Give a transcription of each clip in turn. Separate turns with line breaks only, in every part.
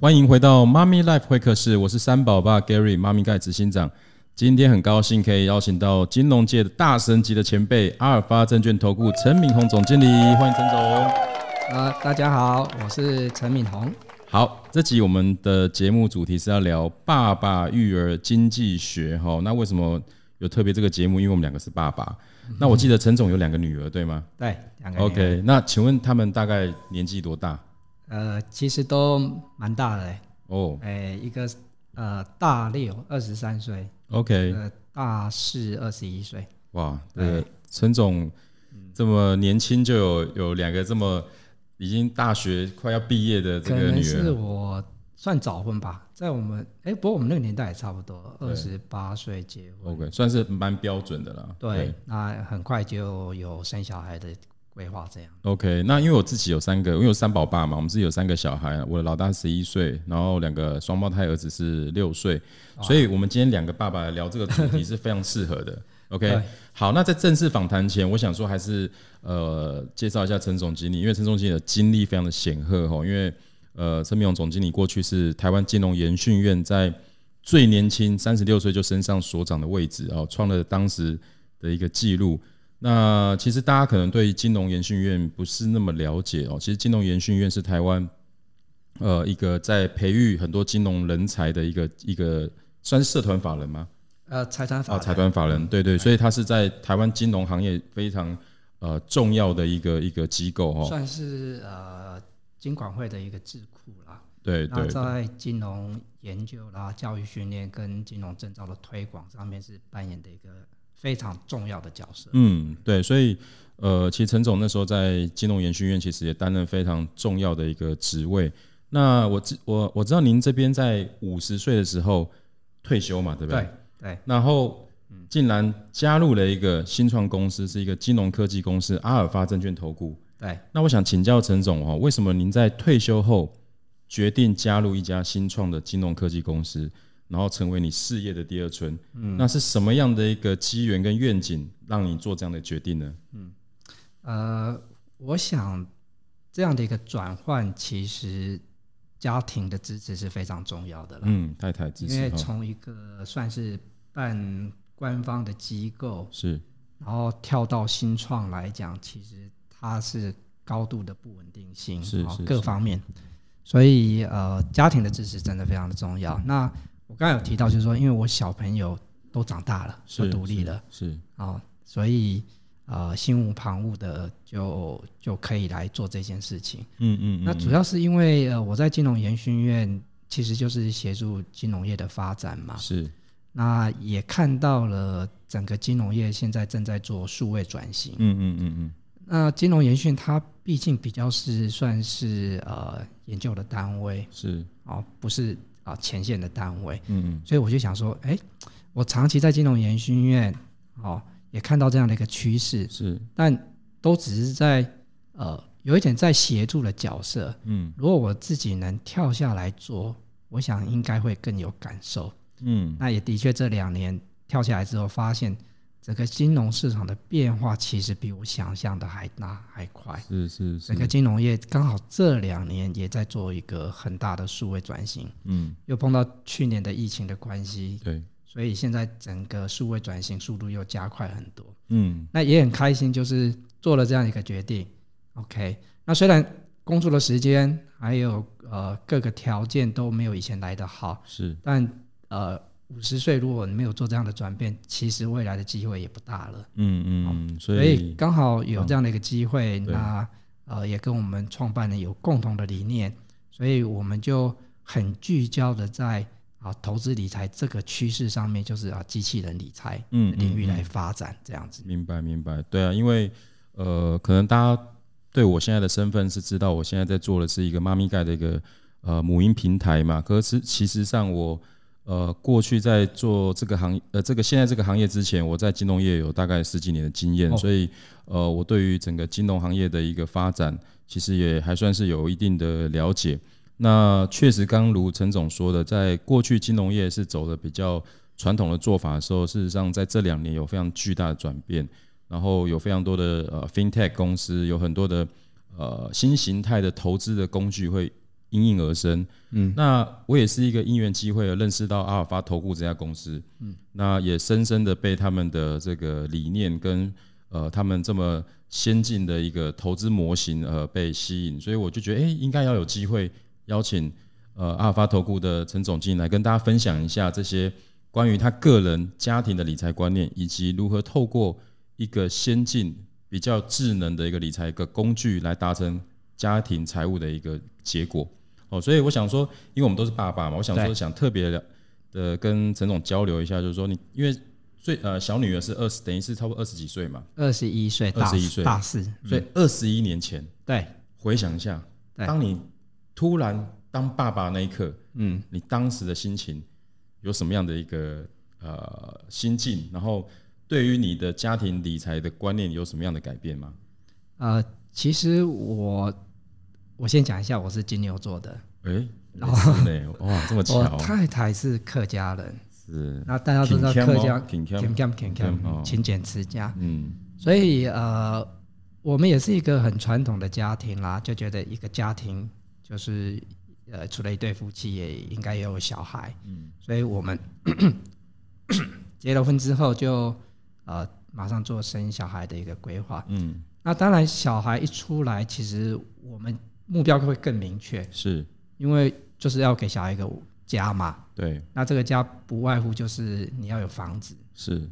欢迎回到妈咪 Life 会客室，我是三宝爸 Gary，妈咪盖执行长。今天很高兴可以邀请到金融界的大神级的前辈阿尔法证券投顾陈敏宏总经理，欢迎陈总。
呃，大家好，我是陈敏宏。
好，这集我们的节目主题是要聊爸爸育儿经济学哈。那为什么有特别这个节目？因为我们两个是爸爸。那我记得陈总有两个女儿，对吗
对，两个人
？OK，那请问他们大概年纪多大？
呃，其实都蛮大的、欸，
哦
哎、一个呃大六二十三岁，
，OK，
呃大四二十一岁，
哇，
哎
呃，陈总这么年轻就有有两个这么已经大学快要毕业的这
可
个
能
女
是
儿，
我算早婚吧，在我们哎、不过我们那个年代也差不多，二十八岁结婚，
OK，算是蛮标准的啦。
对，那很快就有生小孩的规划这样。
OK，那因为我自己有三个，因为有三宝爸嘛，我们自己有三个小孩，我的老大十一岁，然后两个双胞胎儿子是六岁，所以我们今天两个爸爸聊这个主题是非常适合的。OK，
对
好，那在正式访谈前，我想说还是呃介绍一下陈总经理，因为陈总经理的经历非常的显赫哦，因为呃陈明勇总经理过去是台湾金融研训院在最年轻三十六岁就升上所长的位置哦，创了当时的一个记录。那其实大家可能对金融研训院不是那么了解哦。其实金融研训院是台湾呃一个在培育很多金融人才的一个一个算是社团法人吗？
呃，财产法
啊，
人嗯
财团法人，对对，所以它是在台湾金融行业非常呃重要的一个一个机构哦。
算是呃金管会的一个智库啦。
对
那
对
在金融研究啦、教育训练跟金融证照的推广上面是扮演的一个非常重要的角色。
嗯，对，所以呃，其实陈总那时候在金融研训院其实也担任非常重要的一个职位。那我知我我知道您这边在五十岁的时候退休嘛，对不对？
对对，
然后竟然加入了一个新创公司，是一个金融科技公司阿尔法证券投顾。
对，
那我想请教陈总哦，为什么您在退休后决定加入一家新创的金融科技公司，然后成为你事业的第二春？嗯，那是什么样的一个机缘跟愿景让你做这样的决定呢？
呃，我想这样的一个转换，其实家庭的支持是非常重要的啦，
嗯，太太支
因
持
为
哈，
从一个算是半官方的机构，
是
然后跳到新创来讲，其实它是高度的不稳定性，
是
好
是
各
是
方面，所以呃，家庭的支持真的非常的重
嗯
要。那我刚才有提到，就是说，因为我小朋友都长大了，都
是
独立了
是
啊、所以呃，心无旁骛的就就可以来做这件事情。
嗯嗯
那
嗯，
主要是因为呃，我在金融研训院其实就是协助金融业的发展嘛，
是
那也看到了整个金融业现在正在做数位转型。
嗯嗯嗯嗯，
那金融研训它毕竟比较是算是呃研究的单位
是
哦，不是啊、前线的单位，
嗯嗯
所以我就想说，哎，我长期在金融研训院哦，也看到这样的一个趋势，
是
但都只是在呃有一点在协助的角色。
嗯
如果我自己能跳下来做，我想应该会更有感受。
嗯
那也的确，这两年跳下来之后，发现整个金融市场的变化其实比我想象的还大还快。
是是
整个
是，
金融业刚好这两年也在做一个很大的数位转型，
嗯
又碰到去年的疫情的关系，
对，
所以现在整个数位转型速度又加快很多。
嗯
那也很开心，就是做了这样一个决定。OK，那虽然工作的时间还有呃各个条件都没有以前来的好，
是
但呃，五十岁如果你没有做这样的转变，其实未来的机会也不大了。
嗯嗯，所
所以
以嗯
刚好有这样的一个机会，
对
那呃也跟我们创办人有共同的理念，所以我们就很聚焦的在啊投资理财这个趋势上面，就是啊机器人理财
嗯
领域
嗯嗯
来发展这样子。
明白，明白，对啊，因为呃，可能大家对我现在的身份是知道，我现在在做的是一个妈咪盖的一个呃母婴平台嘛。可是其实上我呃过去在做这个行呃这个现在这个行业之前，我在金融业有大概十几年的经验，
哦
所以呃我对于整个金融行业的一个发展，其实也还算是有一定的了解。那确实，刚如陈总说的，在过去金融业是走的比较传统的做法的时候，事实上在这两年有非常巨大的转变，然后有非常多的呃 FinTech 公司，有很多的呃新形态的投资的工具会应运而生。
嗯，
那我也是一个因缘机会而认识到阿尔法投顾这家公司，嗯，那也深深的被他们的这个理念跟呃他们这么先进的一个投资模型呃被吸引，所以我就觉得哎、诶应该要有机会邀请呃阿尔法投顾的陈总经理来跟大家分享一下这些关于他个人家庭的理财观念，以及如何透过一个先进比较智能的一个理财一个工具来达成家庭财务的一个结果。哦，所以我想说，因为我们都是爸爸嘛，我想说
对
想特别的呃跟陈总交流一下，就是说你因为最呃小女儿是二十，等于是差不多二十几岁嘛，
二十一岁，大
21岁
大四，
所以二十一年前
对
回想一下，
嗯对
当你突然当爸爸那一刻，
嗯，
你当时的心情有什么样的一个呃心境？然后对于你的家庭理财的观念有什么样的改变吗？
呃，其实我我先讲一下，我是金牛座的，
哎、
哦
是呢，哇，这么
我
巧，
太太是客家人，
是，
那大家都知道
挺
客
强哦
家
挺强
勤俭勤
挺强哦
俭勤俭持家，
嗯，
所以呃，我们也是一个很传统的家庭啦，就觉得一个家庭就是呃，除了一对夫妻，也应该也有小孩，所以我们 结了婚之后就呃，马上做生小孩的一个规划。
嗯，
那当然，小孩一出来，其实我们目标会更明确，
是，
因为就是要给小孩一个家嘛。
对，
那这个家不外乎就是你要有房子
是，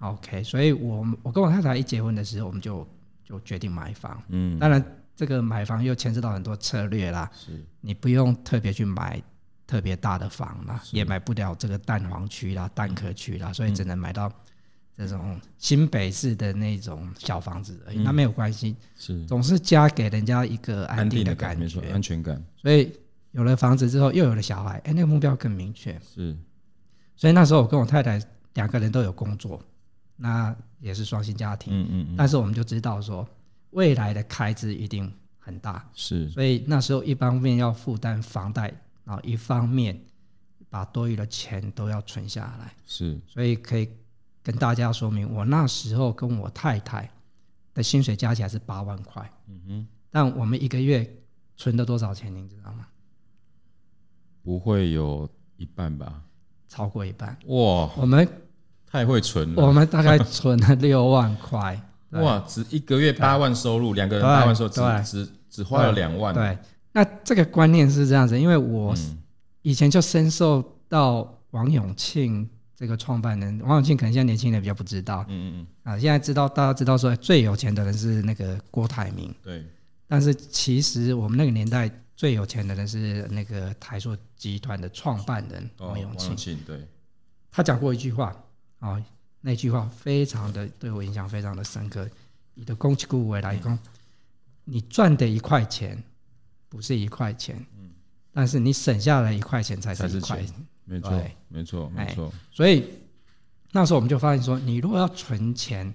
，OK。所以我们我跟我太太一结婚的时候，我们就就决定买房。
嗯，
当然，这个买房又牵涉到很多策略啦，
是，
你不用特别去买特别大的房啦，也买不了这个蛋黄区啦、蛋壳区
嗯
啦，所以只能买到这种新北市的那种小房子而已。那没有关系，
嗯是，
总是家给人家一个安定的
感
感
没错，安
觉。
全感
所以有了房子之后，又有了小孩，哎，那个目标更明确。
是，
所以那时候我跟我太太两个人都有工作，那也是双薪家庭，
嗯嗯嗯，
但是我们就知道说未来的开支一定很大，
是，
所以那时候一方面要负担房贷，然后一方面把多余的钱都要存下来。
是，
所以可以跟大家说明，我那时候跟我太太的薪水加起来是八万块，
嗯哼，
但我们一个月存了多少钱，您知道吗？
不会有一半吧？
超过一半。
哇，
我们
太会存
我
了，
们大概存了六万块，对
哇，只一个月八万收入，两个人
对
八万收入，
对
只只只花了两万，
对。那这个观念是这样子，因为我
嗯，
以前就深受到王永庆这个创办人，王永庆可能现在年轻人比较不知道，
嗯嗯嗯，
啊，现在知道大家知道说最有钱的人是那个郭台铭，
对，
但是其实我们那个年代最有钱的人是那个台塑集团的创办人
哦
王永庆。
庆，对，
他讲过一句话啊、哦，那句话非常的对我影响非常的深刻。你的攻击顾为来
嗯
攻，你赚的一块钱不是一块钱，但是你省下来一块钱才
嗯才
是
是
一块
钱
钱。
没错
对，
没错，没
哎
错，
所以那时候我们就发现说，你如果要存钱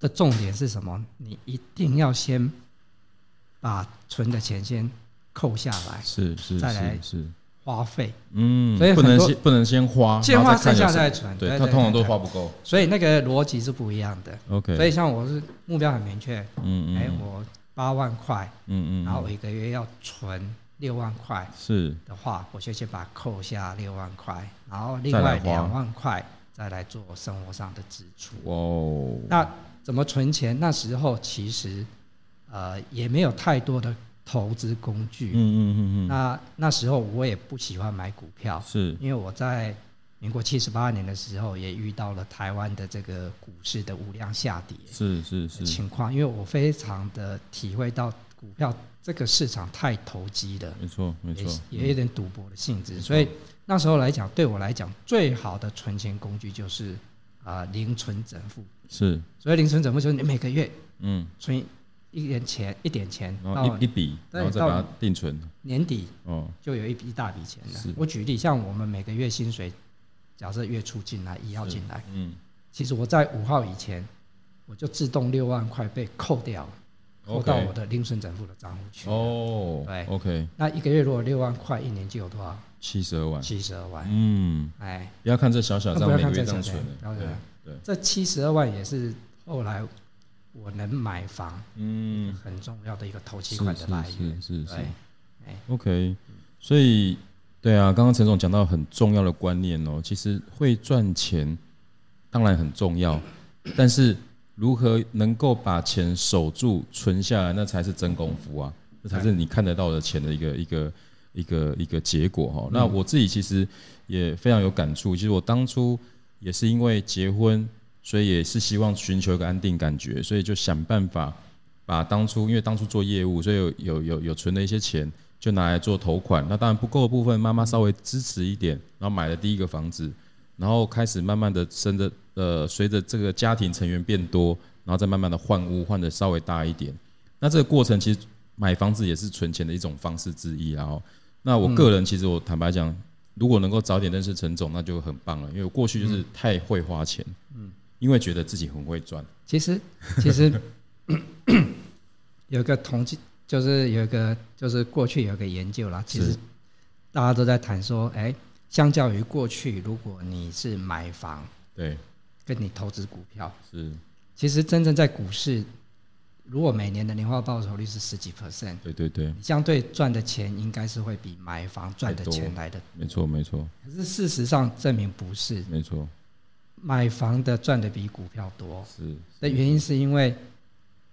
的重点是什么？你一定要先把存的钱先扣下来
是是
再来
是是，
花费，
嗯，
所以
不
很
能
多
先不能先花，
先
然后
花
再
剩
看有什么
下再存。
对
对
他
对
通常都
对
花不够
所以那个逻辑是不一样的。
，OK，
所以像我是目标很明确，哎、
嗯嗯
我八万块，
嗯嗯，
然后我一个月要存六万块
是
的话，我就先把它扣下六万块，然后另
再来
外
花
两万块再来做生活上的支出。
哇哦，
那怎么存钱？那时候其实呃也没有太多的投资工具。
嗯嗯嗯嗯，
那那时候我也不喜欢买股票，
是
因为我在民国七十八年的时候也遇到了台湾的这个股市的无量下跌
是是
的
是，
情况，因为我非常的体会到股票这个市场太投机了。
没错没
也
错嗯
是，也有点赌博的性质，所以那时候来讲，对我来讲，最好的存钱工具就是啊、零存整付。
是
所以零存整付就是你每个月
嗯，
存一点钱，一点钱，
然后
到
哦一一笔，
对
然后再
到
把它定存，
年底
哦，
就有一笔一大笔钱
是
了。我举例，像我们每个月薪水，假设月初进来，一号进来，
嗯
其实我在五号以前，我就自动六万块被扣掉了，扣到我
，OK，
的零存整付的账户去。
哦，
对
，OK，
那一个月如果六万块，一年就有多少？
七十二万，
七十二万。
嗯，
哎，
不要看这小小
那
账，
不要
每个
看
月
这
这样
小
存
账
的，
不要看
对对，
这七十二万也是后来我能买房
嗯，
很重要的一个投
是
期款的来
嗯是
源。
是是是
对，
OK，所以对啊，刚刚陈总讲到很重要的观念哦，其实会赚钱当然很重要，但是如何能够把钱守住、存下来，那才是真功夫啊，那才是你看得到的钱的一个一个一个一个结果哈、那我自己其实也非常有感触，其实我当初也是因为结婚，所以也是希望寻求一个安定感觉，所以就想办法。把当初因为当初做业务，所以有有有有存了一些钱，就拿来做头款。那当然不够的部分，妈妈稍微支持一点，然后买了第一个房子，然后开始慢慢的生着呃，随着这个家庭成员变多，然后再慢慢的换屋，换的稍微大一点。那这个过程其实买房子也是存钱的一种方式之一然后那我个人其实我坦白讲，如果能够早点认识陈总，那就很棒了，因为我过去就是太会花钱，嗯，因为觉得自己很会赚，
其实 其实有一个统计，就是有一个就是过去有一个研究啦，其实
是
大家都在谈说，哎、相较于过去，如果你是买房
对，
跟你投资股票，
是，
其实真正在股市，如果每年的年化报酬率是十几 percent，
对对对，
你相对赚的钱应该是会比买房赚的
还多
钱来的。
没错没错
可是事实上证明不是，
没错，
买房的赚的比股票多。
是
的原因是因为，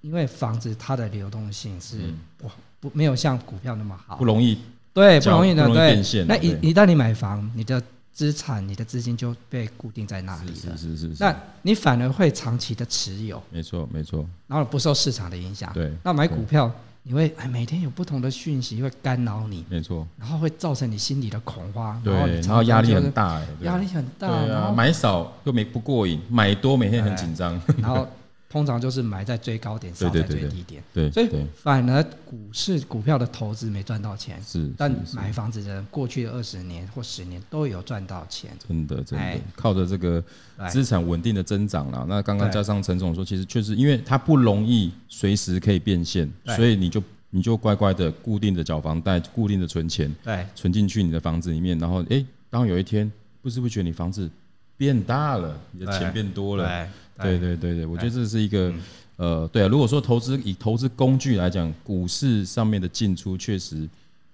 因为房子它的流动性是
嗯
不好不没有像股票那么好
不，容易
对，不
交
容易的，
不容易变
对。
现啊
那一
对
一旦你买房，你的资产、你的资金就被固定在那里
是
了，
是是是，
那你反而会长期的持有，
没错没错，
然后不受市场的影响。
对
那买
对
股票，你会哎每天有不同的讯息会干扰你，
没错，
然后会造成你心里的恐慌，
对
然后你，
然
常
后压
常
力
就
很
是
大哎，对
压力很大，
对
然
啊，
后
买少又没不过瘾，买多每天很紧张，
然后通常就是买在最高点，
对
烧
对
在
对对
最低点。
对
所以
对
反而股市股票的投资没赚到钱，
是，
但
是
买房子的人过去的二十年或十年都有赚到钱。
真的真的
哎
靠着这个
对
资产稳定的增长啦。那刚刚
对
加上陈总说，其实确实因为它不容易随时可以变现，
对
所以你就你就乖乖的固定的缴房贷，固定的存钱，
对
存进去你的房子里面，然后诶，当有一天不知不觉你房子变大了，你的钱
对
变多了，
对
对对对
哎
对，我觉得这是一个呃，对啊，如果说投资以投资工具来讲，股市上面的进出确实，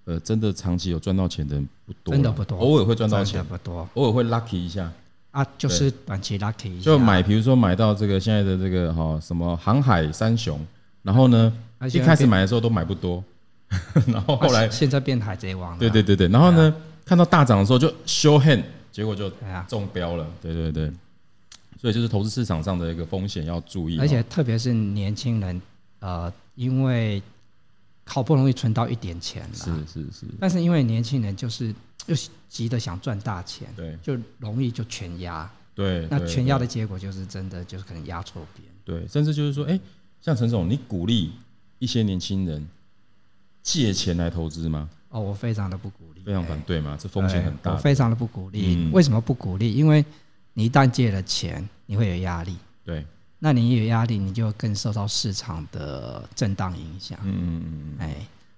呃，真的长期有赚到钱的人不多啦，
真的不多
偶尔会赚到
真
钱
的，不多
偶尔会 lucky 一下，
啊，就是短期 lucky 一下
就买，比如说买到这个现在的这个哈、什么航海三雄，然后呢，
而
一
且
开始买的时候都买不多， 然后后来
啊，现在变海贼王了。
对对对对，然后呢，看到大涨的时候就 show hand，结果就
啊对啊，
中标了，对对对，所以就是投资市场上的一个风险要注意哦，
而且特别是年轻人，呃，因为好不容易存到一点钱
是
了，
是是，
但是因为年轻人就是又急着想赚大钱，
对。
就容易就全压。
对，
那
对
全压的结果就是真的就是可能压错边。
对，甚至就是说，哎、像陈总，你鼓励一些年轻人借钱来投资吗？
哦，我非常的不鼓励，
非常反对嘛，这风险很
哎
大
我。非常的不鼓励。
嗯
为什么不鼓励？因为你一旦借了钱，你会有压力，
对，
那你一有压力，你就更受到市场的震荡影响。
嗯嗯嗯，嗯，
哎，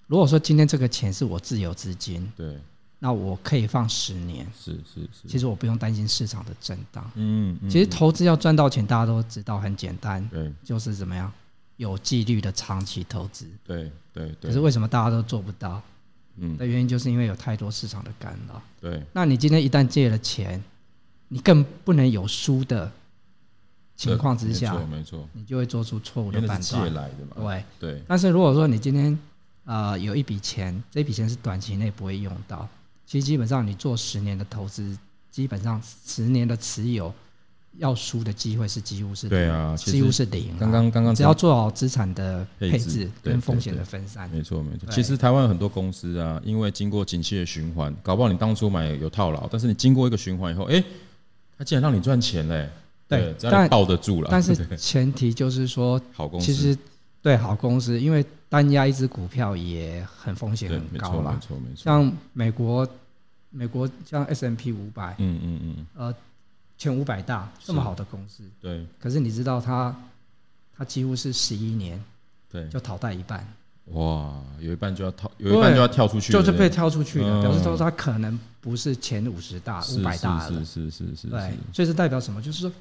如果说今天这个钱是我自有资金，
对，
那我可以放十年，
是是是，
其实我不用担心市场的震荡。
嗯，嗯
其实投资要赚到钱，大家都知道很简单，
对
就是怎么样有纪律的长期投资。
对对
可是
对，
为什么大家都做不到？
嗯
的原因就是因为有太多市场的干扰。
对
那你今天一旦借了钱，你更不能有输的情况之下
对，没错没错，
你就会做出错误
因
的
为那
判
是借
断。
来的嘛，
对，
对
但是如果说你今天呃有一笔钱，这笔钱是短期内不会用到，其实基本上你做十年的投资，基本上十年的持有要输的机会是几乎是
对啊，其
几乎
实
是零啊、
刚刚刚刚
只要做好资产的
配
配
置
置
对对
跟风险
对
的分散，
没错没错，
对
其实台湾很多公司啊，因为经过景气的循环，搞不好你当初买有套牢，但是你经过一个循环以后，哎、它竟然让你赚钱嘞、
对
只要你
但
抱得住了。
但是
对
前提就是说
好 公司
其实对好公司，因为单压一只股票也很风险
对，
很
没
高
错没
啦。
错没错，
像美国，美国像 S M P 五百，
嗯嗯嗯，
呃，前五百大这么好的公司，
对
可是你知道它，它几乎是十一年
对，
就淘汰一半，
哇，有一半就要跳，有一半就要跳出去了，
就是被
对
挑出去
嗯
了，表示说它可能不是前五十大、
是
五百大
是
了。
是是是是，
对
是，
所以这代表什么？就是说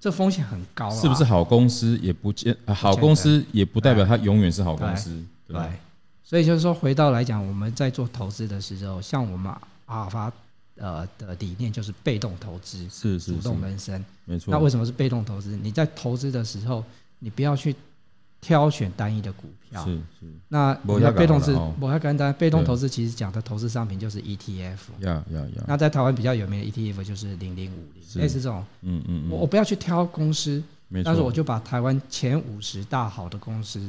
这风险很高啊
是不是？好公司也不见，啊好
不见得
公司也不代表它永远是好公司，
对，所以就是说，回到来讲，我们在做投资的时候，像我们阿尔法呃的理念就是被动投资，
是是
主
是，
动人生。
没错。
那为什么是被动投资？你在投资的时候，你不要去挑选单一的股票。
是是
那
没
你的
那个
被动
了
是
哦
我要简单，被动
对
投资其实讲的投资商品就是 ETF。
呀呀呀，
那在台湾比较有名的 ETF 就是零零五
是
零，类似这种，
嗯嗯嗯，
我我不要去挑公司，
没错。
但是我就把台湾前五十大好的公司，哦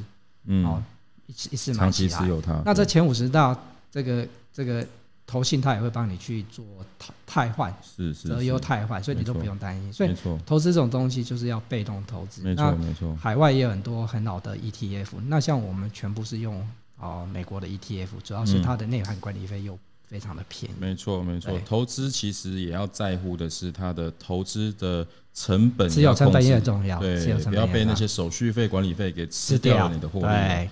嗯，，
一次一次买
长
起
期
来
持。有它。
那这
对
前五十大这个这个投信，它也会帮你去做汰汰换、
是是
择
是
优汰换，所以你
没
都
错
不用担心。所
没
以
错
投资这种东西就是要被动投资。
没错
那
没错，
海外也有很多很老的 ETF，那像我们全部是用哦、呃美国的 ETF，主要是它的内涵管理费又非常的便宜。
没错没错
对。
投资其实也要在乎的是它的投资的成本要控制，
持有成本也很重要，持
对
有，成
不
本
要
也
被
很
那
大
些手续费、管理费给吃
吃
掉了你的获利。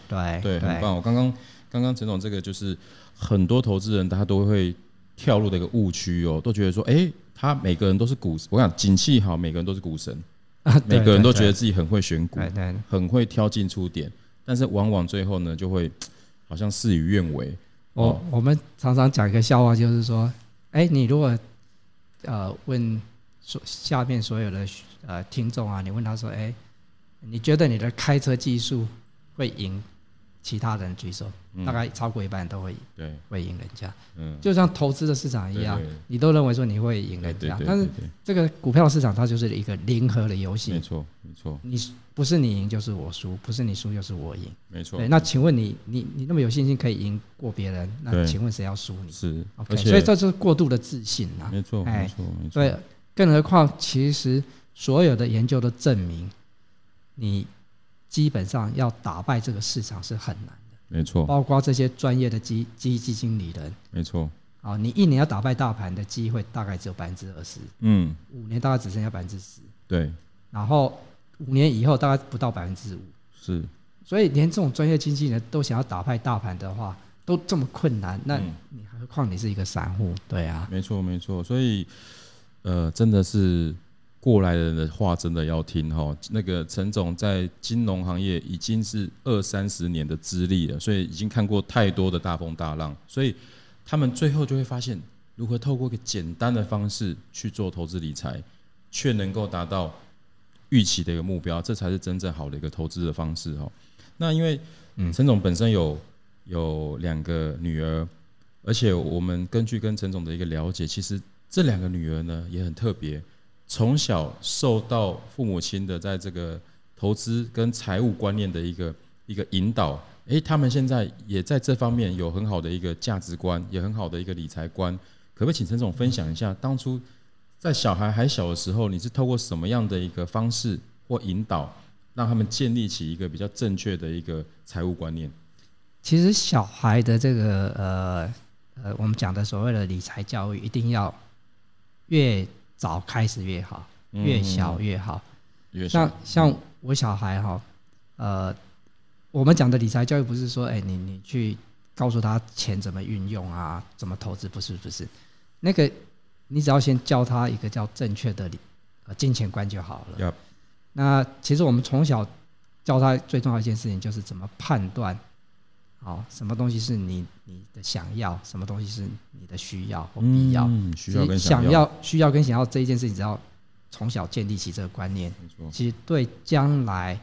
对
对，
对
很棒。我刚刚刚刚陈总这个就是很多投资人他都会跳入的一个误区哦，都觉得说，哎、他每个人都是股，我想景气好，每个人都是股神，
啊
每
对
个人都
对
觉得自己很哦会选股，
对对，
很会挑进出点，但是往往最后呢，就会好像事与愿违。
我我们常常讲一个笑话，就是说，哎，你如果呃问所下面所有的呃听众啊，你问他说，哎，你觉得你的开车技术会赢其他人？举手，
嗯
大概超过一半都会
对，
会赢人家。
嗯，
就像投资的市场一样
对对对，
你都认为说你会赢
对
人
哎对
家
对，，
但是
对对
这个股票市场它就是一个零和的游
没
戏，
错没错
你不是你赢就是我输，不是你输就是我赢。
没错
对，，那请问你你你那么有信心可以赢过别人，那
对
请问谁要输你？
是，
OK，
而
所以
且
这就是过度的自信啊。
没错
哎
没错没错，
对，更何况其实所有的研究都证明，你基本上要打败这个市场是很难的，
没错
包括这些专业的基基基经理人
没错，
啊，你一年要打败大盘的机会大概只有百分之二十，
嗯，
五年大概只剩下百分之十，
对，
然后五年以后大概不到百分之五，
是
所以连这种专业经纪人都想要打败大盘的话，都这么困难，那
嗯
你何况你是一个散户？对啊，
没错，没错。所以，呃，真的是过来人的话，真的要听哈。那个陈总在金融行业已经是二三十年的资历了，所以已经看过太多的大风大浪，所以他们最后就会发现，如何透过一个简单的方式去做投资理财，却能够达到预期的一个目标，这才是真正好的一个投资的方式哈。那因为嗯陈总本身有有两个女儿，而且我们根据跟陈总的一个了解，其实这两个女儿呢也很特别，从小受到父母亲的在这个投资跟财务观念的一个一个引导，诶，他们现在也在这方面有很好的一个价值观，也很好的一个理财观。可不可以请陈总分享一下，当初在小孩还小的时候，你是透过什么样的一个方式或引导，让他们建立起一个比较正确的一个财务观念？
其实小孩的这个呃呃，我们讲的所谓的理财教育，一定要越早开始越好，越小越好。
越
像像我小孩哈，呃，我们讲的理财教育不是说，哎、你你去告诉他钱怎么运用啊，怎么投资，不是不是，那个你只要先教他一个叫正确的理呃金钱观就好了。
Yup
那其实我们从小教他最重要一件事情就是怎么判断。好，什么东西是你你的想要，什么东西是你的需要或必要？
嗯、需要跟
其实想
要，
要、需要跟想要这一件事情，只要从小建立起这个观念，
没错，
其实对将来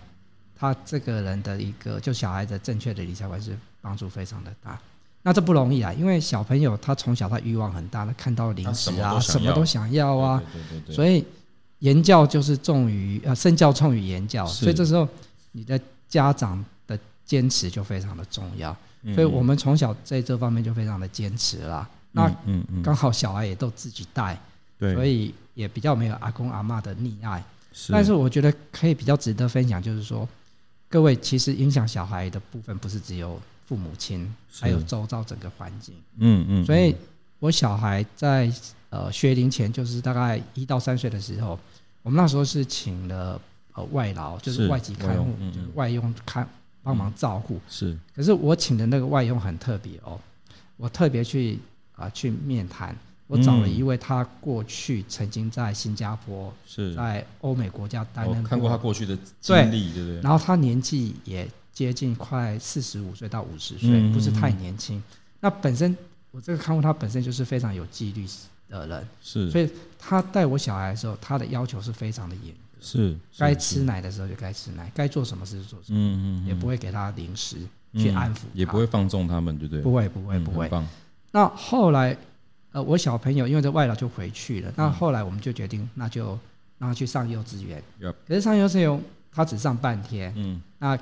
他这个人的一个就小孩的正确的理财观是帮助非常的大。那这不容易啊，因为小朋友他从小他欲望很大，他看到零食啊
他
什
什
么
么
都
都
想要啊，
对对对对，以
所以言教就是重于呃身教重于言教，
是
所以这时候你的家长的坚持就非常的重要。
嗯
所以我们从小在这方面就非常的坚持啦。那
嗯嗯，
刚好小孩也都自己带，
对，
所
以
以也比较没有阿公阿妈的溺爱。
是
但是我觉得可以比较值得分享，就是说，各位其实影响小孩的部分不是只有父母亲，
是
还有周遭整个环境。
嗯嗯，
所以我小孩在呃学龄前，就是大概一到三岁的时候，我们那时候是请了呃外劳，就是
是
外籍看
外
护
佣嗯，嗯
就是外佣看帮忙照顾。
是
可是我请的那个外佣很特别哦，我特别去啊、去面谈，我找了
嗯
一位他过去曾经在新加坡
是，
在欧美国家担
我
任
看过他
过，
过去的经历，对不对？
然后他年纪也接近快四十五岁到五十
嗯
岁，不是太年轻。那本身我这个看护他本身就是非常有纪律的人，
是
所以他带我小孩的时候，他的要求是非常的严，
是
该吃奶的时候就该吃奶，该做什么事就做什么，
嗯嗯嗯
也不会给他零食去安抚他，
也不会放纵他们，对不对？
不会不会
嗯
不
很
会。
棒，
那后来，呃，我小朋友因为在外劳就回去了，
嗯
那后来我们就决定，那就让他去上幼稚园。
Yup
可是上幼稚园他只上半天，
嗯
那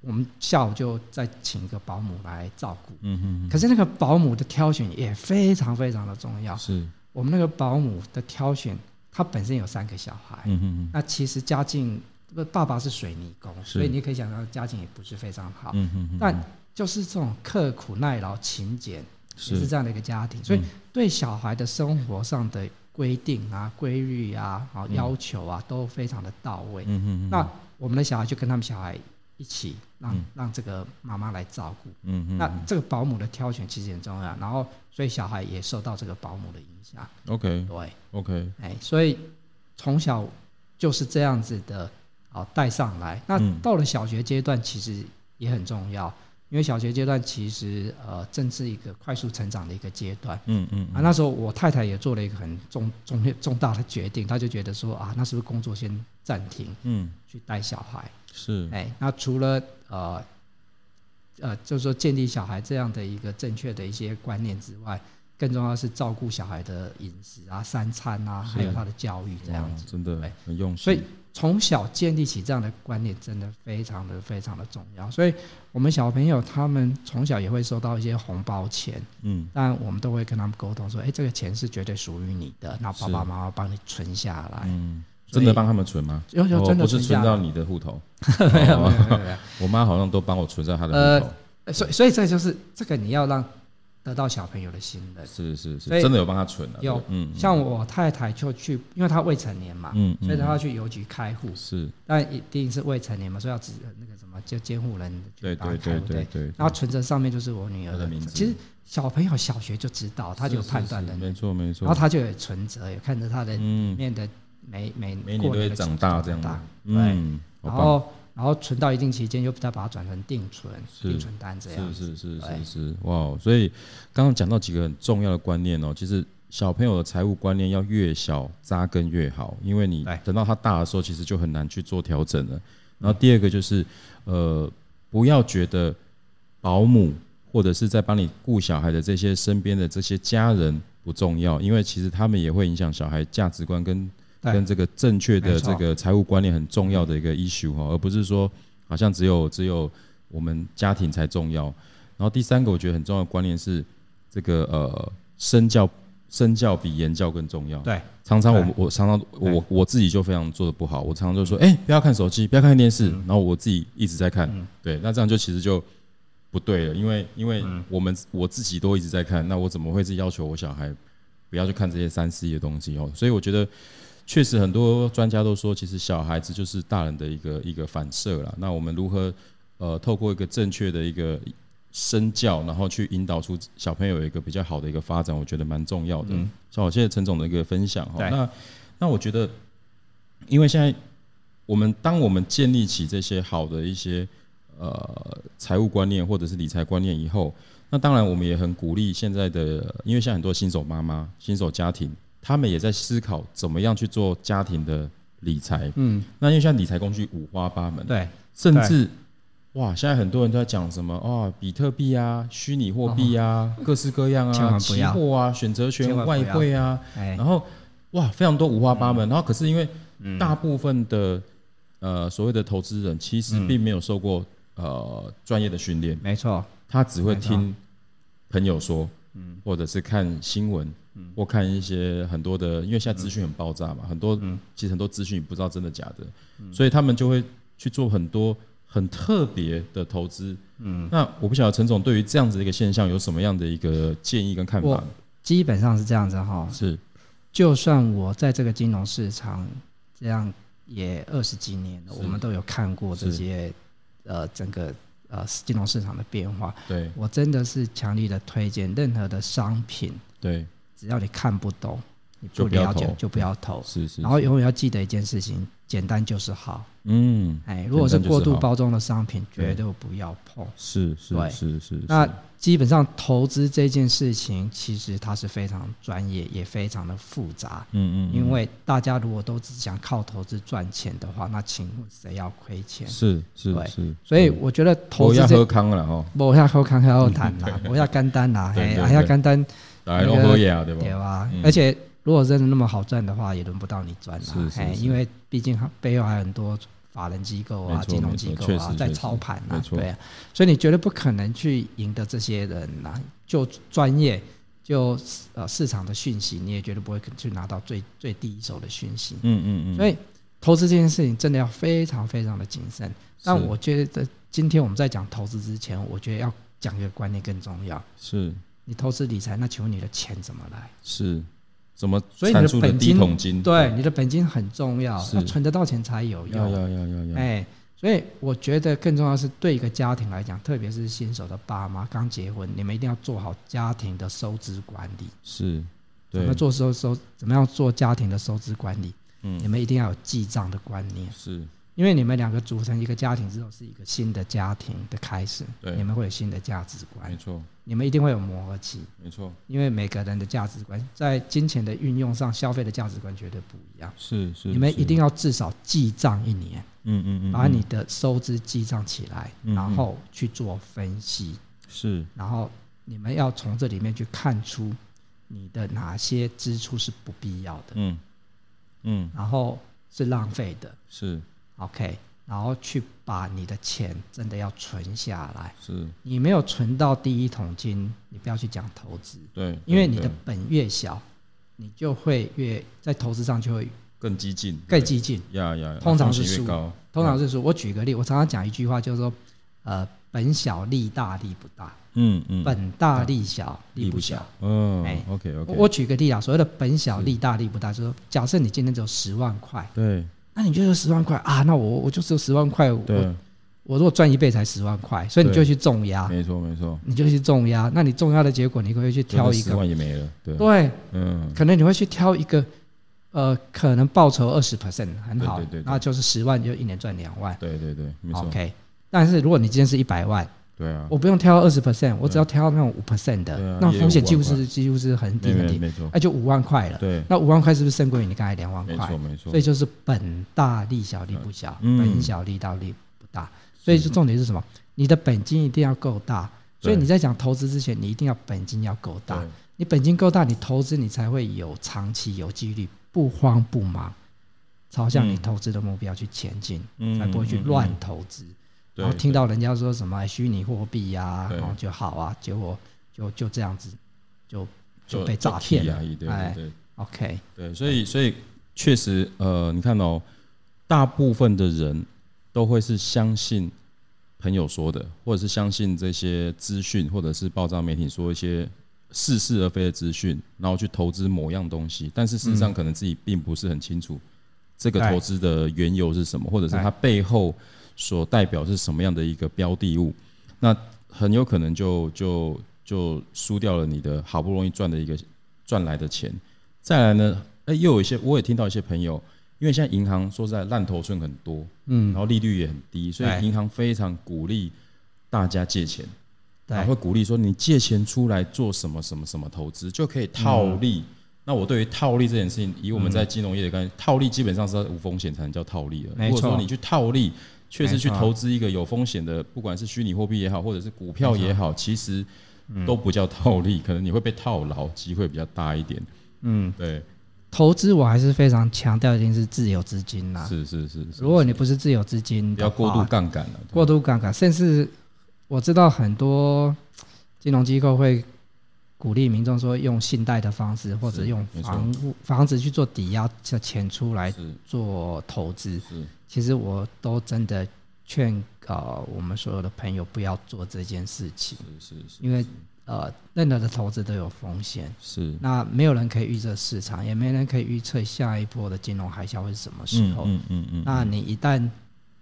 我们下午就再请一个保姆来照顾。
嗯嗯
可是那个保姆的挑选也非常非常的重要
嗯，。是，
我们那个保姆的挑选，他本身有三个小孩，
嗯嗯嗯
那其实家境不爸爸是水泥工，
是
所以你可以想到家境也不是非常好。
嗯嗯嗯，
但就是这种刻苦耐劳、勤俭，也是
是嗯
这样的一个家庭，所以对小孩的生活上的规定啊、规律啊、好要求啊，都非常的到位。
嗯嗯嗯，
那我们的小孩就跟他们小孩一起，让、
嗯
让这个妈妈来照顾。
嗯嗯
那这个保姆的挑选其实很重要，然后所以小孩也受到这个保姆的影响。
OK
对，
OK，
哎，所以从小就是这样子的，好带上来。那
嗯
到了小学阶段，其实也很重要，因为小学阶段其实呃正是一个快速成长的一个阶段。
嗯嗯
啊，那时候我太太也做了一个很重重重大的决定，她就觉得说啊，那是不是工作先暂停
嗯
去带小孩？
是，
哎，那除了呃呃，就是说建立小孩这样的一个正确的一些观念之外，更重要的是照顾小孩的饮食啊、三餐啊，还有
是
他的教育这样
哇
子。
哦真的
对
很用心，
所以从小建立起这样的观念，真的非常的非常的重要。所以我们小朋友他们从小也会收到一些红包钱，
嗯
但我们都会跟他们沟通说，哎，这个钱是绝对属于你的，那爸爸
是
妈妈帮你存下来。
嗯，
所
真的
以
帮他们存吗？
有有
哦
真的
不是
存下
存到
来，
你的户 头，哦
没有没有没有没有。
我妈好像都帮我存在她的户头，
呃所以所以这就是这个你要让得到小朋友的信任。
是是是，
所以
真的有帮她存啊，
有
对嗯，嗯
像我太太就去，因为她未成年嘛，
嗯，嗯
所以她要去邮局开户，
是，
但一定是未成年嘛，所以要指那个什么就监护人
对
去帮
对
她开
对
户。
对对，
然后存折上面就是我女儿
她的名字
其实小朋友小学就知道，他就有
是
判断能
是是没
力，
错没错，
然后他就有存折，也看着他的里
嗯，
面的每每
美女
过
都会
年的
长
存折
大这样
长
子
大，
嗯，好棒
然后然后存到一定期间，又再把它转成定存、
是
定存单这样。
是是是是
对
是，哇哦！所以刚刚讲到几个很重要的观念哦，其实小朋友的财务观念要越小扎根越好，因为你
对
等到他大的时候，其实就很难去做调整了。然后第二个就是，呃，不要觉得保姆或者是在帮你顾小孩的这些身边的这些家人不重要，因为其实他们也会影响小孩价值观跟
对
跟这个正确的
没错嗯
这个财务观念很重要的一个 issue 哈，而不是说好像只有只有我们家庭才重要。然后第三个我觉得很重要的观念是这个呃身教身教比言教更重要。
对，
常常我
对
们我常常
对
我我自己就非常做的不好，我常常就说，哎、不要看手机，不要看电视，然后我自己一直在看，对，那这样就其实就不对了，因为因为我们、我自己都一直在看，那我怎么会是要求我小孩不要去看这些三 C 的东西哦？所以我觉得确实很多专家都说，其实小孩子就是大人的一个一个反射啦。那我们如何呃透过一个正确的一个身教，然后去引导出小朋友有一个比较好的一个发展，我觉得蛮重要的。所以我谢谢陈总的一个分享哈。
嗯对
那那我觉得，因为现在我们当我们建立起这些好的一些呃财务观念或者是理财观念以后，那当然我们也很鼓励现在的，因为现在很多新手妈妈、新手家庭，他们也在思考怎么样去做家庭的理财。
嗯，
那因为现在理财工具五花八门，
对，
甚至哇，现在很多人都在讲什么哦，比特币啊、虚拟货币啊，各式各样
哦千
啊，
万不
期
要
货啊、选择权
千、万不
外
要
汇啊，
哎，嗯
然后哇，非常多五花八门。然后可是因为大部分的、呃所谓的投资人其
嗯
实并没有受过、呃专业的训练，
没错，
他只会
没错
听朋友说，嗯，或者是看新闻，嗯，或看一些很多的，因为现在资讯很爆炸嘛，
嗯
很多、其实很多资讯你不知道真的假的，所以他们就会去做很多很特别的投资。嗯，那我不晓得陈总对于这样子的一个现象有什么样的一个建议跟看法
我？基本上是这样子哈。
是，
就算我在这个金融市场这样也二十几年了，
是
我们都有看过这
是
些呃整个呃金融市场的变化。
对
我真的是强力的推荐，任何的商品，
对，
只要你看不懂，你
就
不
不要
了解
投
就不要投。
是是
然后永远要记得一件事情：简单就是好。
嗯，
哎，如果是过
简单就是
度
好
包装的商品，
对
绝对不要碰。
是是
对
是是，是
那基本上投资这件事情，其实它是非常专业，也非常的复杂。
嗯嗯，
因为大家如果都只想靠投资赚钱的话，那请问谁要亏钱？
是是
对
是，嗯
所以我觉得投
我
资
要喝
这，
康了哦吼，
我要好看还要谈 啦，我要干单啦，
对
嘿，
对
还要
对
干单
来都
那个
喝呀，对吧？
对吧
嗯？
而且如果真的那么好赚的话，也轮不到你赚
是
啦，
是
嘿，
是
因为毕竟它背后还有很多法人机构
没
啊、
错
金融
没错
机构
确
啊
实
在
确实
操盘
没
啊，
错
对啊，所以你绝对不可能去赢得这些人啦。就专业，就呃市场的讯息，你也绝对不会去拿到最最第一手的讯息。
嗯嗯嗯，
所以投资这件事情真的要非常非常的谨慎。但
是
我觉得今天我们在讲投资之前，我觉得要讲一个观念更重要。
是
你投资理财，那请问你的钱怎么来？
是，怎么
所以你
产
的
出的
本
第一
金
桶金？
对，你的本金很重要，
是
要存得到钱才有
要
用。
要要要要，
哎，所以我觉得更重要的是对一个家庭来讲，特别是新手的爸妈刚结婚，你们一定要做好家庭的收支管理。
是，
怎
对
么，做收收？怎么样做家庭的收支管理？
嗯
你们一定要有记账的观念，
是
因为你们两个组成一个家庭之后，是一个新的家庭的开始，
对
你们会有新的价值观
没，错
你们一定会有磨合期，
没错，
因为每个人的价值观在金钱的运用上，消费的价值观绝对不一样。
是是，
你们一定
要，
要至少记账一年，
嗯嗯嗯，
把
嗯
你的收支记账起来，
嗯嗯
然后去做分析，
是
然后你们要从这里面去看出你的哪些支出是不必要的，
嗯嗯
然后是浪费的
是
，OK，然后去把你的钱真的要存下来。
是，
你没有存到第一桶金，你不要去讲投资，
对，
因为
对
你的
对
本越小，你就会越在投资上就会
更激进，对
更激进。
呀呀，
通常是
风险
输
越高，嗯
通常是说，我举个例，我常常讲一句话，就是说，呃，本小利大，利不大；
嗯嗯，
本大利小，利不小。
嗯
哎
，OK
我
OK，
我举个例啊，所谓的本小利大，利不大，就是说，假设你今天只有十万块，
对
那你就有十万块啊，那我我就只有十万块，我
对，
我如果赚一倍才十万块，所以你就
对
去重压，
没错没错，
你就去重压，那你重压的结果，你会去挑一
十
个，
万也没了，对，
对，
嗯，
可能你会去挑一个。呃，可能报酬二十 percent 很好，
对对对对
那就是十万就一年赚两万
对对对，没错，
，OK。但是如果你今天是一百万，
对啊，
我不用挑二十 percent，我只要挑那种五 percent 的
对啊，
那风险几乎
也有
是几乎是很低
没
很
没
低，
没错，
那就五万块了。
对，
那五万块是不是胜过于你刚才两万
没
块
错？没错，
所以就是本大利小，利不小；
嗯
本小利大，利不大。所以就重点是什么？你的本金一定要够大。所以
对
你在讲投资之前，你一定要本金要够大
对。
你本金够大，你投资你才会有长期有纪律，不慌不忙，朝向你
嗯
投资的目标去前进，
嗯
才不会去
嗯嗯
乱投资。
对
然后听到人家说什么哎虚拟货币呀，
对
然后就好啊，结果就就这样子，就就
就
被诈骗了
而已，对。对
哎
对
，OK，
对，所以所以确实，呃，你看哦，大部分的人都会是相信朋友说的，或者是相信这些资讯，或者是报章媒体说一些似是而非的资讯，然后去投资某样东西，但是事实上可能自己并不是很清楚这个
嗯对
投资的缘由是什么，或者是
对
它背后所代表是什么样的一个标的物，那很有可能就就就输掉了你的好不容易赚的一个赚来的钱。再来呢，哎、又有一些我也听到一些朋友，因为现在银行说实在烂头寸很多，然
嗯，
后利率也很低，所
对
以银行非常鼓励大家借钱，然
对
后会鼓励说你借钱出来做什么什么什么投资就可以套利。
嗯
那我对于套利这件事情，以我们在金融业的概念，套利基本上是要无风险才能叫套利的。
没
如
错
果说你去套利，确实去
没错
投资一个有风险的，不管是虚拟货币也好，或者是股票也好，其实都不叫套利，可能你会被套牢，机会比较大一点。
嗯，
对，
投资我还是非常强调一定是自有资金啦。
是是是，是
啊如果你不是自有资金
不
的
要过度
话，
杠杆了。啊对
过度杠杆，甚至我知道很多金融机构会鼓励民众说用信贷的方式，或者
是
用
没错
房屋房子去做抵押的钱出来
是
做投资。
是，
其实我都真的劝呃我们所有的朋友不要做这件事情，
是是
因为呃任何的投资都有风险，
是，嗯
那没有人可以预测市场，也没人可以预测下一波的金融海啸会是什么时
嗯
候。
嗯嗯嗯，
那你一旦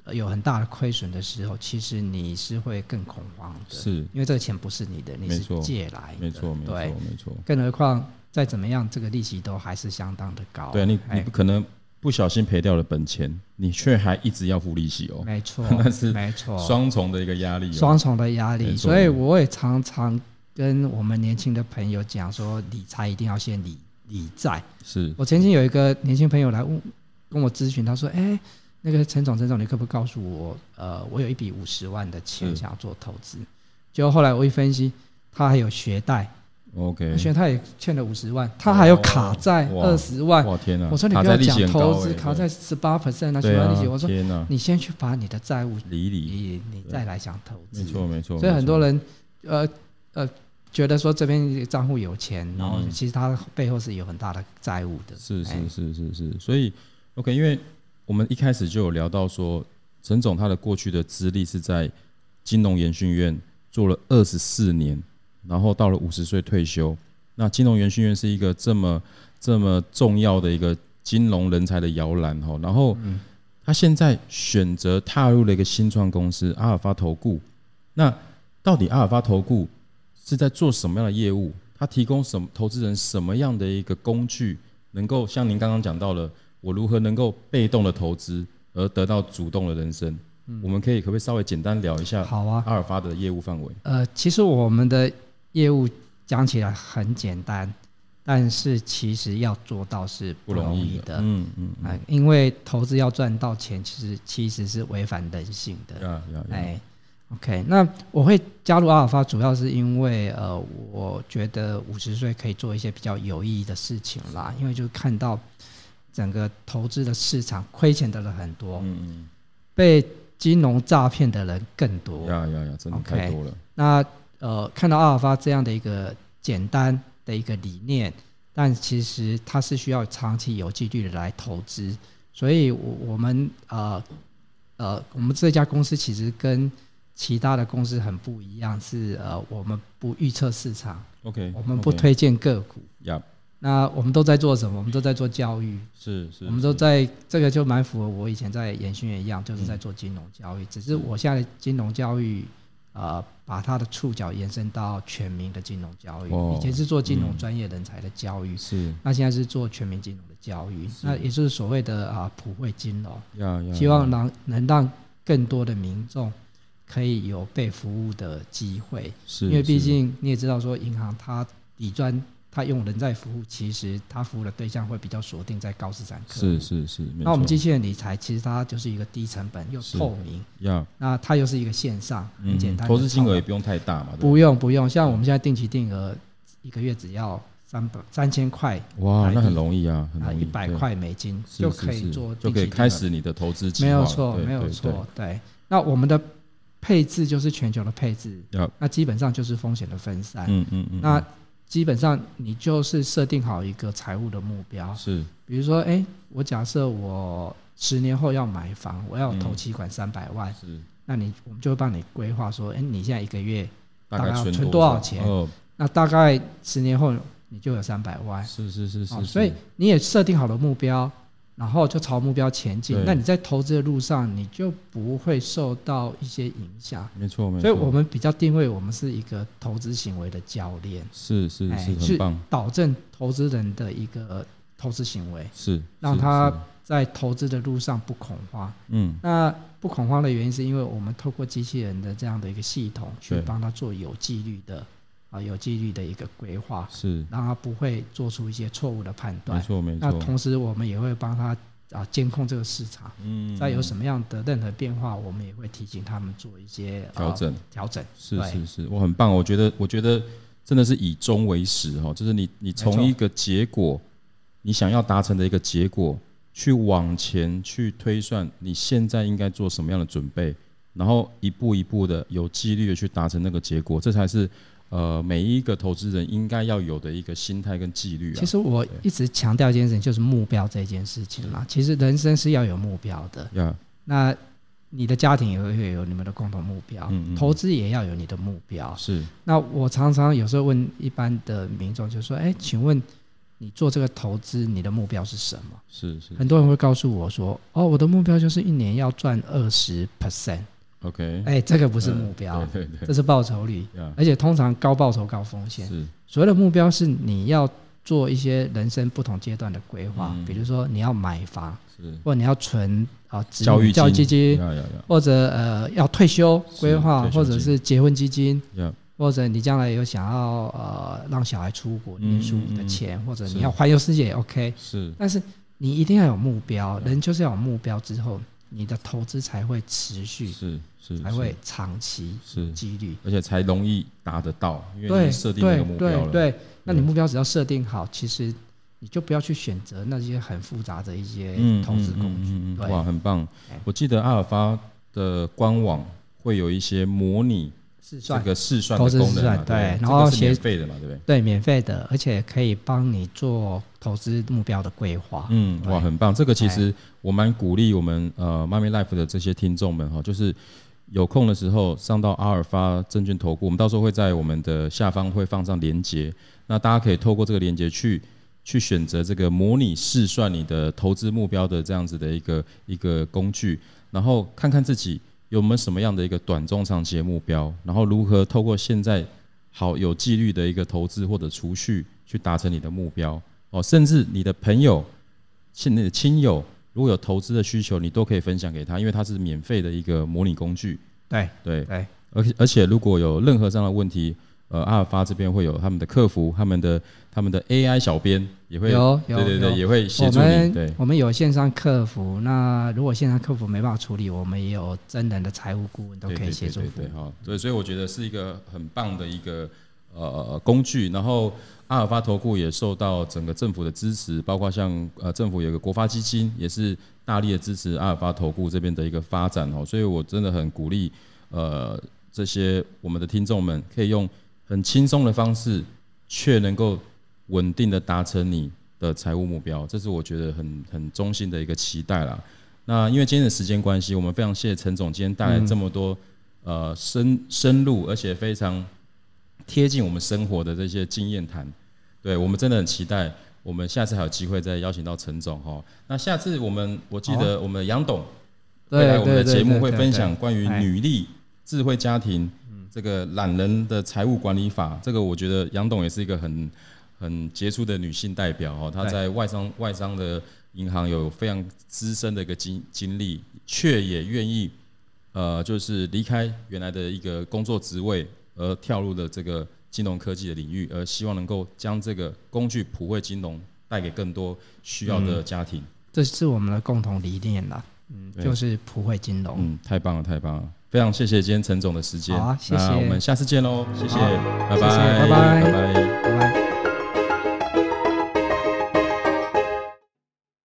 呃有很大的亏损的时候，其实你是会更恐慌的，
是
因为这个钱不是你的，你
没
是
错
借来的，
没错没错
对，
没错，
更何况再怎么样，这个利息都还是相当的高。
对你
哎
你不可能不小心赔掉了本钱，你却还一直要付利息哦，
没 错，
那是
没错，
双重的一个压力、哦。
双重的压
没
力，
错
所以我也常常跟我们年轻的朋友讲说，理财一定要先理理债。
是
我曾经有一个年轻朋友来问跟我咨询，他说：“哎、那个陈总，陈总，你可不可以告诉我，呃，我有一笔五十万的钱
是
想要做投资？”结果后来我一分析，他还有学贷，
OK
他。学贷也欠了五十万，他还有卡债
哇
二十万。
哇天哪！
我说你
卡
不
在
要
利息
讲
很
投
高
资，
欸
卡在十八 percent 啊，
对
十万
啊
利息。我说
天哪，
你先去把你的债务
离离，
你你再来想投资
没。错没错。
所以很多
人
人呃呃觉得说这边账户有钱，然后
嗯
其实他背后是有很大的债务的。
是
哎
是是是是，所以 OK，因为我们一开始就有聊到说，陈总他的过去的资历是在金融研训院做了二十四年，然后到了五十岁退休。那金融研训院是一个这么这么重要的一个金融人才的摇篮哈，然后
嗯
他现在选择踏入了一个新创公司阿尔法投顾，那到底阿尔法投顾是在做什么样的业务？它提供什么投资人什么样的一个工具，能够像您刚刚讲到了，我如何能够被动的投资而得到主动的人生？我们可以可不可以稍微简单聊一下
嗯好啊，
阿尔法的业务范围？
呃，其实我们的业务讲起来很简单，但是其实要做到是不容易
的
的。，
嗯嗯，
啊、因为投资要赚到钱，其实其实是违反人性的。
嗯呀呀呀，
哎，OK，那我会加入阿尔法，主要是因为呃，我觉得五十岁可以做一些比较有意义的事情啦，因为就看到整个投资的市场亏钱的人很多，
嗯
被金融诈骗的人更
嗯，
多。
呀呀呀，真的
OK
太多了，
那呃，看到阿尔法这样的一个简单的一个理念，但其实它是需要长期有纪律的来投资，所以我我们呃呃，我们这家公司其实跟其他的公司很不一样，是呃，我们不预测市场，
OK，
我们不推荐个股。
呀，
那我们都在做什么？我们都在做教育，
是是，
我们都在这个就蛮符合我以前在研训也一样，就是在做金融教育，只是
嗯
我现在金融教育呃把它的触角延伸到全民的金融教育，
哦
以前是做金融
嗯
专业人才的教育，
是
那现在是做全民金融的教育，那
嗯
也就是所谓的啊、普惠金融，
呀呀，
希望
呀
能能让更多的民众可以有被服务的机会，
是，
因为毕
是
竟你也知道说银行它底专。它用人在服务，其实它服务的对象会比较锁定在高资产客户。
是是是，没
那我们
错
机器人理财其实它就是一个低成本又
是
透明，
呀，
那它又是一个线上，很
嗯，
简单的操作。
投资金额也不嗯用太大嘛，对
不用不用，像我们现在定期定额一个月只要三百三千块
哇，
台
那很
币
容易啊，很
啊，
容易，
一百
对
块美金
是
就是可以
是
做
就
定
可以
期
开
定
始你的投资计
额，没有
划
错
对
没有
对对
错，对。那我们的配置就是全球的配置，
要
那基本上就是风险的分散。
嗯嗯嗯，
哎那基本上你就是设定好一个财务的目标
嗯，是
比如说，哎、我假设我十年后要买房，我要投期款三百万，
是
那你我们就会帮你规划说，哎、你现在一个月，
大
大概
概
要
存
存
多
多少钱
哦，
那大概十年后你就有三百万，
是是是
哦
是，
所以
是
你也设定好了目标，然后就朝目标前进
对。
那你在投资的路上，你就不会受到一些影响。
没错没错，
所以我们比较定位我们是一个投资行为的教练，
是是
哎
是很
是
棒，
导正投资人的一个投资行为，
是
让
是
他
是
在投资的路上不恐慌。
嗯
那不恐慌的原因，是因为我们透过机器人的这样的一个系统，去
对
帮他做有纪律的啊有纪律的一个规划，
是
让他不会做出一些错误的判
没
断。
错没
那
错，
同时，我们也会帮他啊监控这个市场，
嗯
再有
嗯
什么样的任何变化，我们也会提醒他们做一些啊
调整
调整。
是
对
是是，我很棒，我觉得我觉得真的是以终为始哈，就是你你从
错
一个结果，你想要达成的一个结果，去往前去推算你现在应该做什么样的准备，然后一步一步的有纪律的去达成那个结果，这才是呃每一个投资人应该要有的一个心态跟纪律啊
其。实我一直强调一件事情，就是目标这件事情啦。其实人生是要有目标的。
呀，
那你的家庭也会有你们的共同目标，
嗯嗯
投资也要有你的目标。
是
那我常常有时候问一般的民众，就说：“哎，请问你做这个投资，你的目标是什么
是是？”
很多人会告诉我说：“哦，我的目标就是一年要赚二十 percent。
，OK，”
哎，这个不是目标，
对嗯对
这是报酬率，
对，呀，
而且通常高报酬高风险。
是
所谓的目标是你要做一些人生不同阶段的规划，比如说你要买房，
嗯是
或你要存啊子女
教育
教育基金，
要要要
或者呃要退休
是
规划，
退休
或者
金
是结婚基金，
要，
或者你将来有想要呃让小孩出国念书
嗯嗯
的
嗯
钱，或者
是
你要环游世界也 OK，
是
但是你一定要有目标，人就是要有目标之后，你的投资才会持续，
是是
才会长期
是，是
几率。
而且才容易达得到，因为
对
你设定那
对
个目标
对
了，
对，那你目标只要设定好，其实你就不要去选择那些很复杂的一些
嗯，
投资
嗯
工具。
嗯嗯嗯
对
哇，很棒
哎！
我记得阿尔法的官网会有一些模拟
试
这
算
个试算
投
的
资
功
试
能嘛，
算
对，
对
这
然
个
后
是免
写
费的嘛，对不对？
对，免费的，而且可以帮你做投资目标的规划。
嗯，
对
哇，很棒！这个其实我蛮鼓励我们呃 m o m y Life 的这些听众们哈，就是有空的时候上到阿尔法证券投顾，我们到时候会在我们的下方会放上连接，那大家可以透过这个连接去去选择这个模拟试算你的投资目标的这样子的一个一个工具，然后看看自己有没有什么样的一个短中长期的目标，然后如何透过现在好有纪律的一个投资或者储蓄去达成你的目标哦，甚至你的朋友。现在的亲友如果有投资的需求，你都可以分享给他，因为它是免费的一个模拟工具。
对
对，
对，
而且而且如果有任何这样的问题，呃，阿尔法这边会有他们的客服、他们的他们的 AI 小编也会
有有
对对
有
对，也会协
我
助你。对
们，我们有线上客服，那如果线上客服没办法处理，我们也有真人的财务顾问都
对
可以
对
协助
对
服
对
务
对。哈，所以所以我觉得是一个很棒的一个呃工具。然后阿尔法投顾也受到整个政府的支持，包括像呃政府有一个国发基金，也是大力的支持阿尔法投顾这边的一个发展哦。所以我真的很鼓励呃这些我们的听众们可以用很轻松的方式，却能够稳定的达成你的财务目标，这是我觉得很很衷心的一个期待啦。那因为今天的时间关系，我们非常谢谢陈总今天带来这么多、呃深深入而且非常贴近我们生活的这些经验谈。对我们真的很期待，我们下次还有机会再邀请到陈总哈。那下次我们我记得我们的杨董未来我们的节目会分享关于
哎
女力、智慧家庭、这个懒人的财务管理法。这个我觉得杨董也是一个很很杰出的女性代表哦，她
对
在外商外商的银行有非常资深的一个经经历，却也愿意呃，就是离开原来的一个工作职位，而跳入了这个金融科技的领域，而希望能够将这个工具普惠金融带给更多需要
嗯
的家庭。
这是我们的共同理念啦，嗯，
对
就是普惠金融。
嗯，太棒了，太棒了！非常谢谢今天陈总的时间。
好啊谢谢
那我们下次见喽，谢谢，
好
拜拜，
谢谢拜拜
拜拜。
拜拜。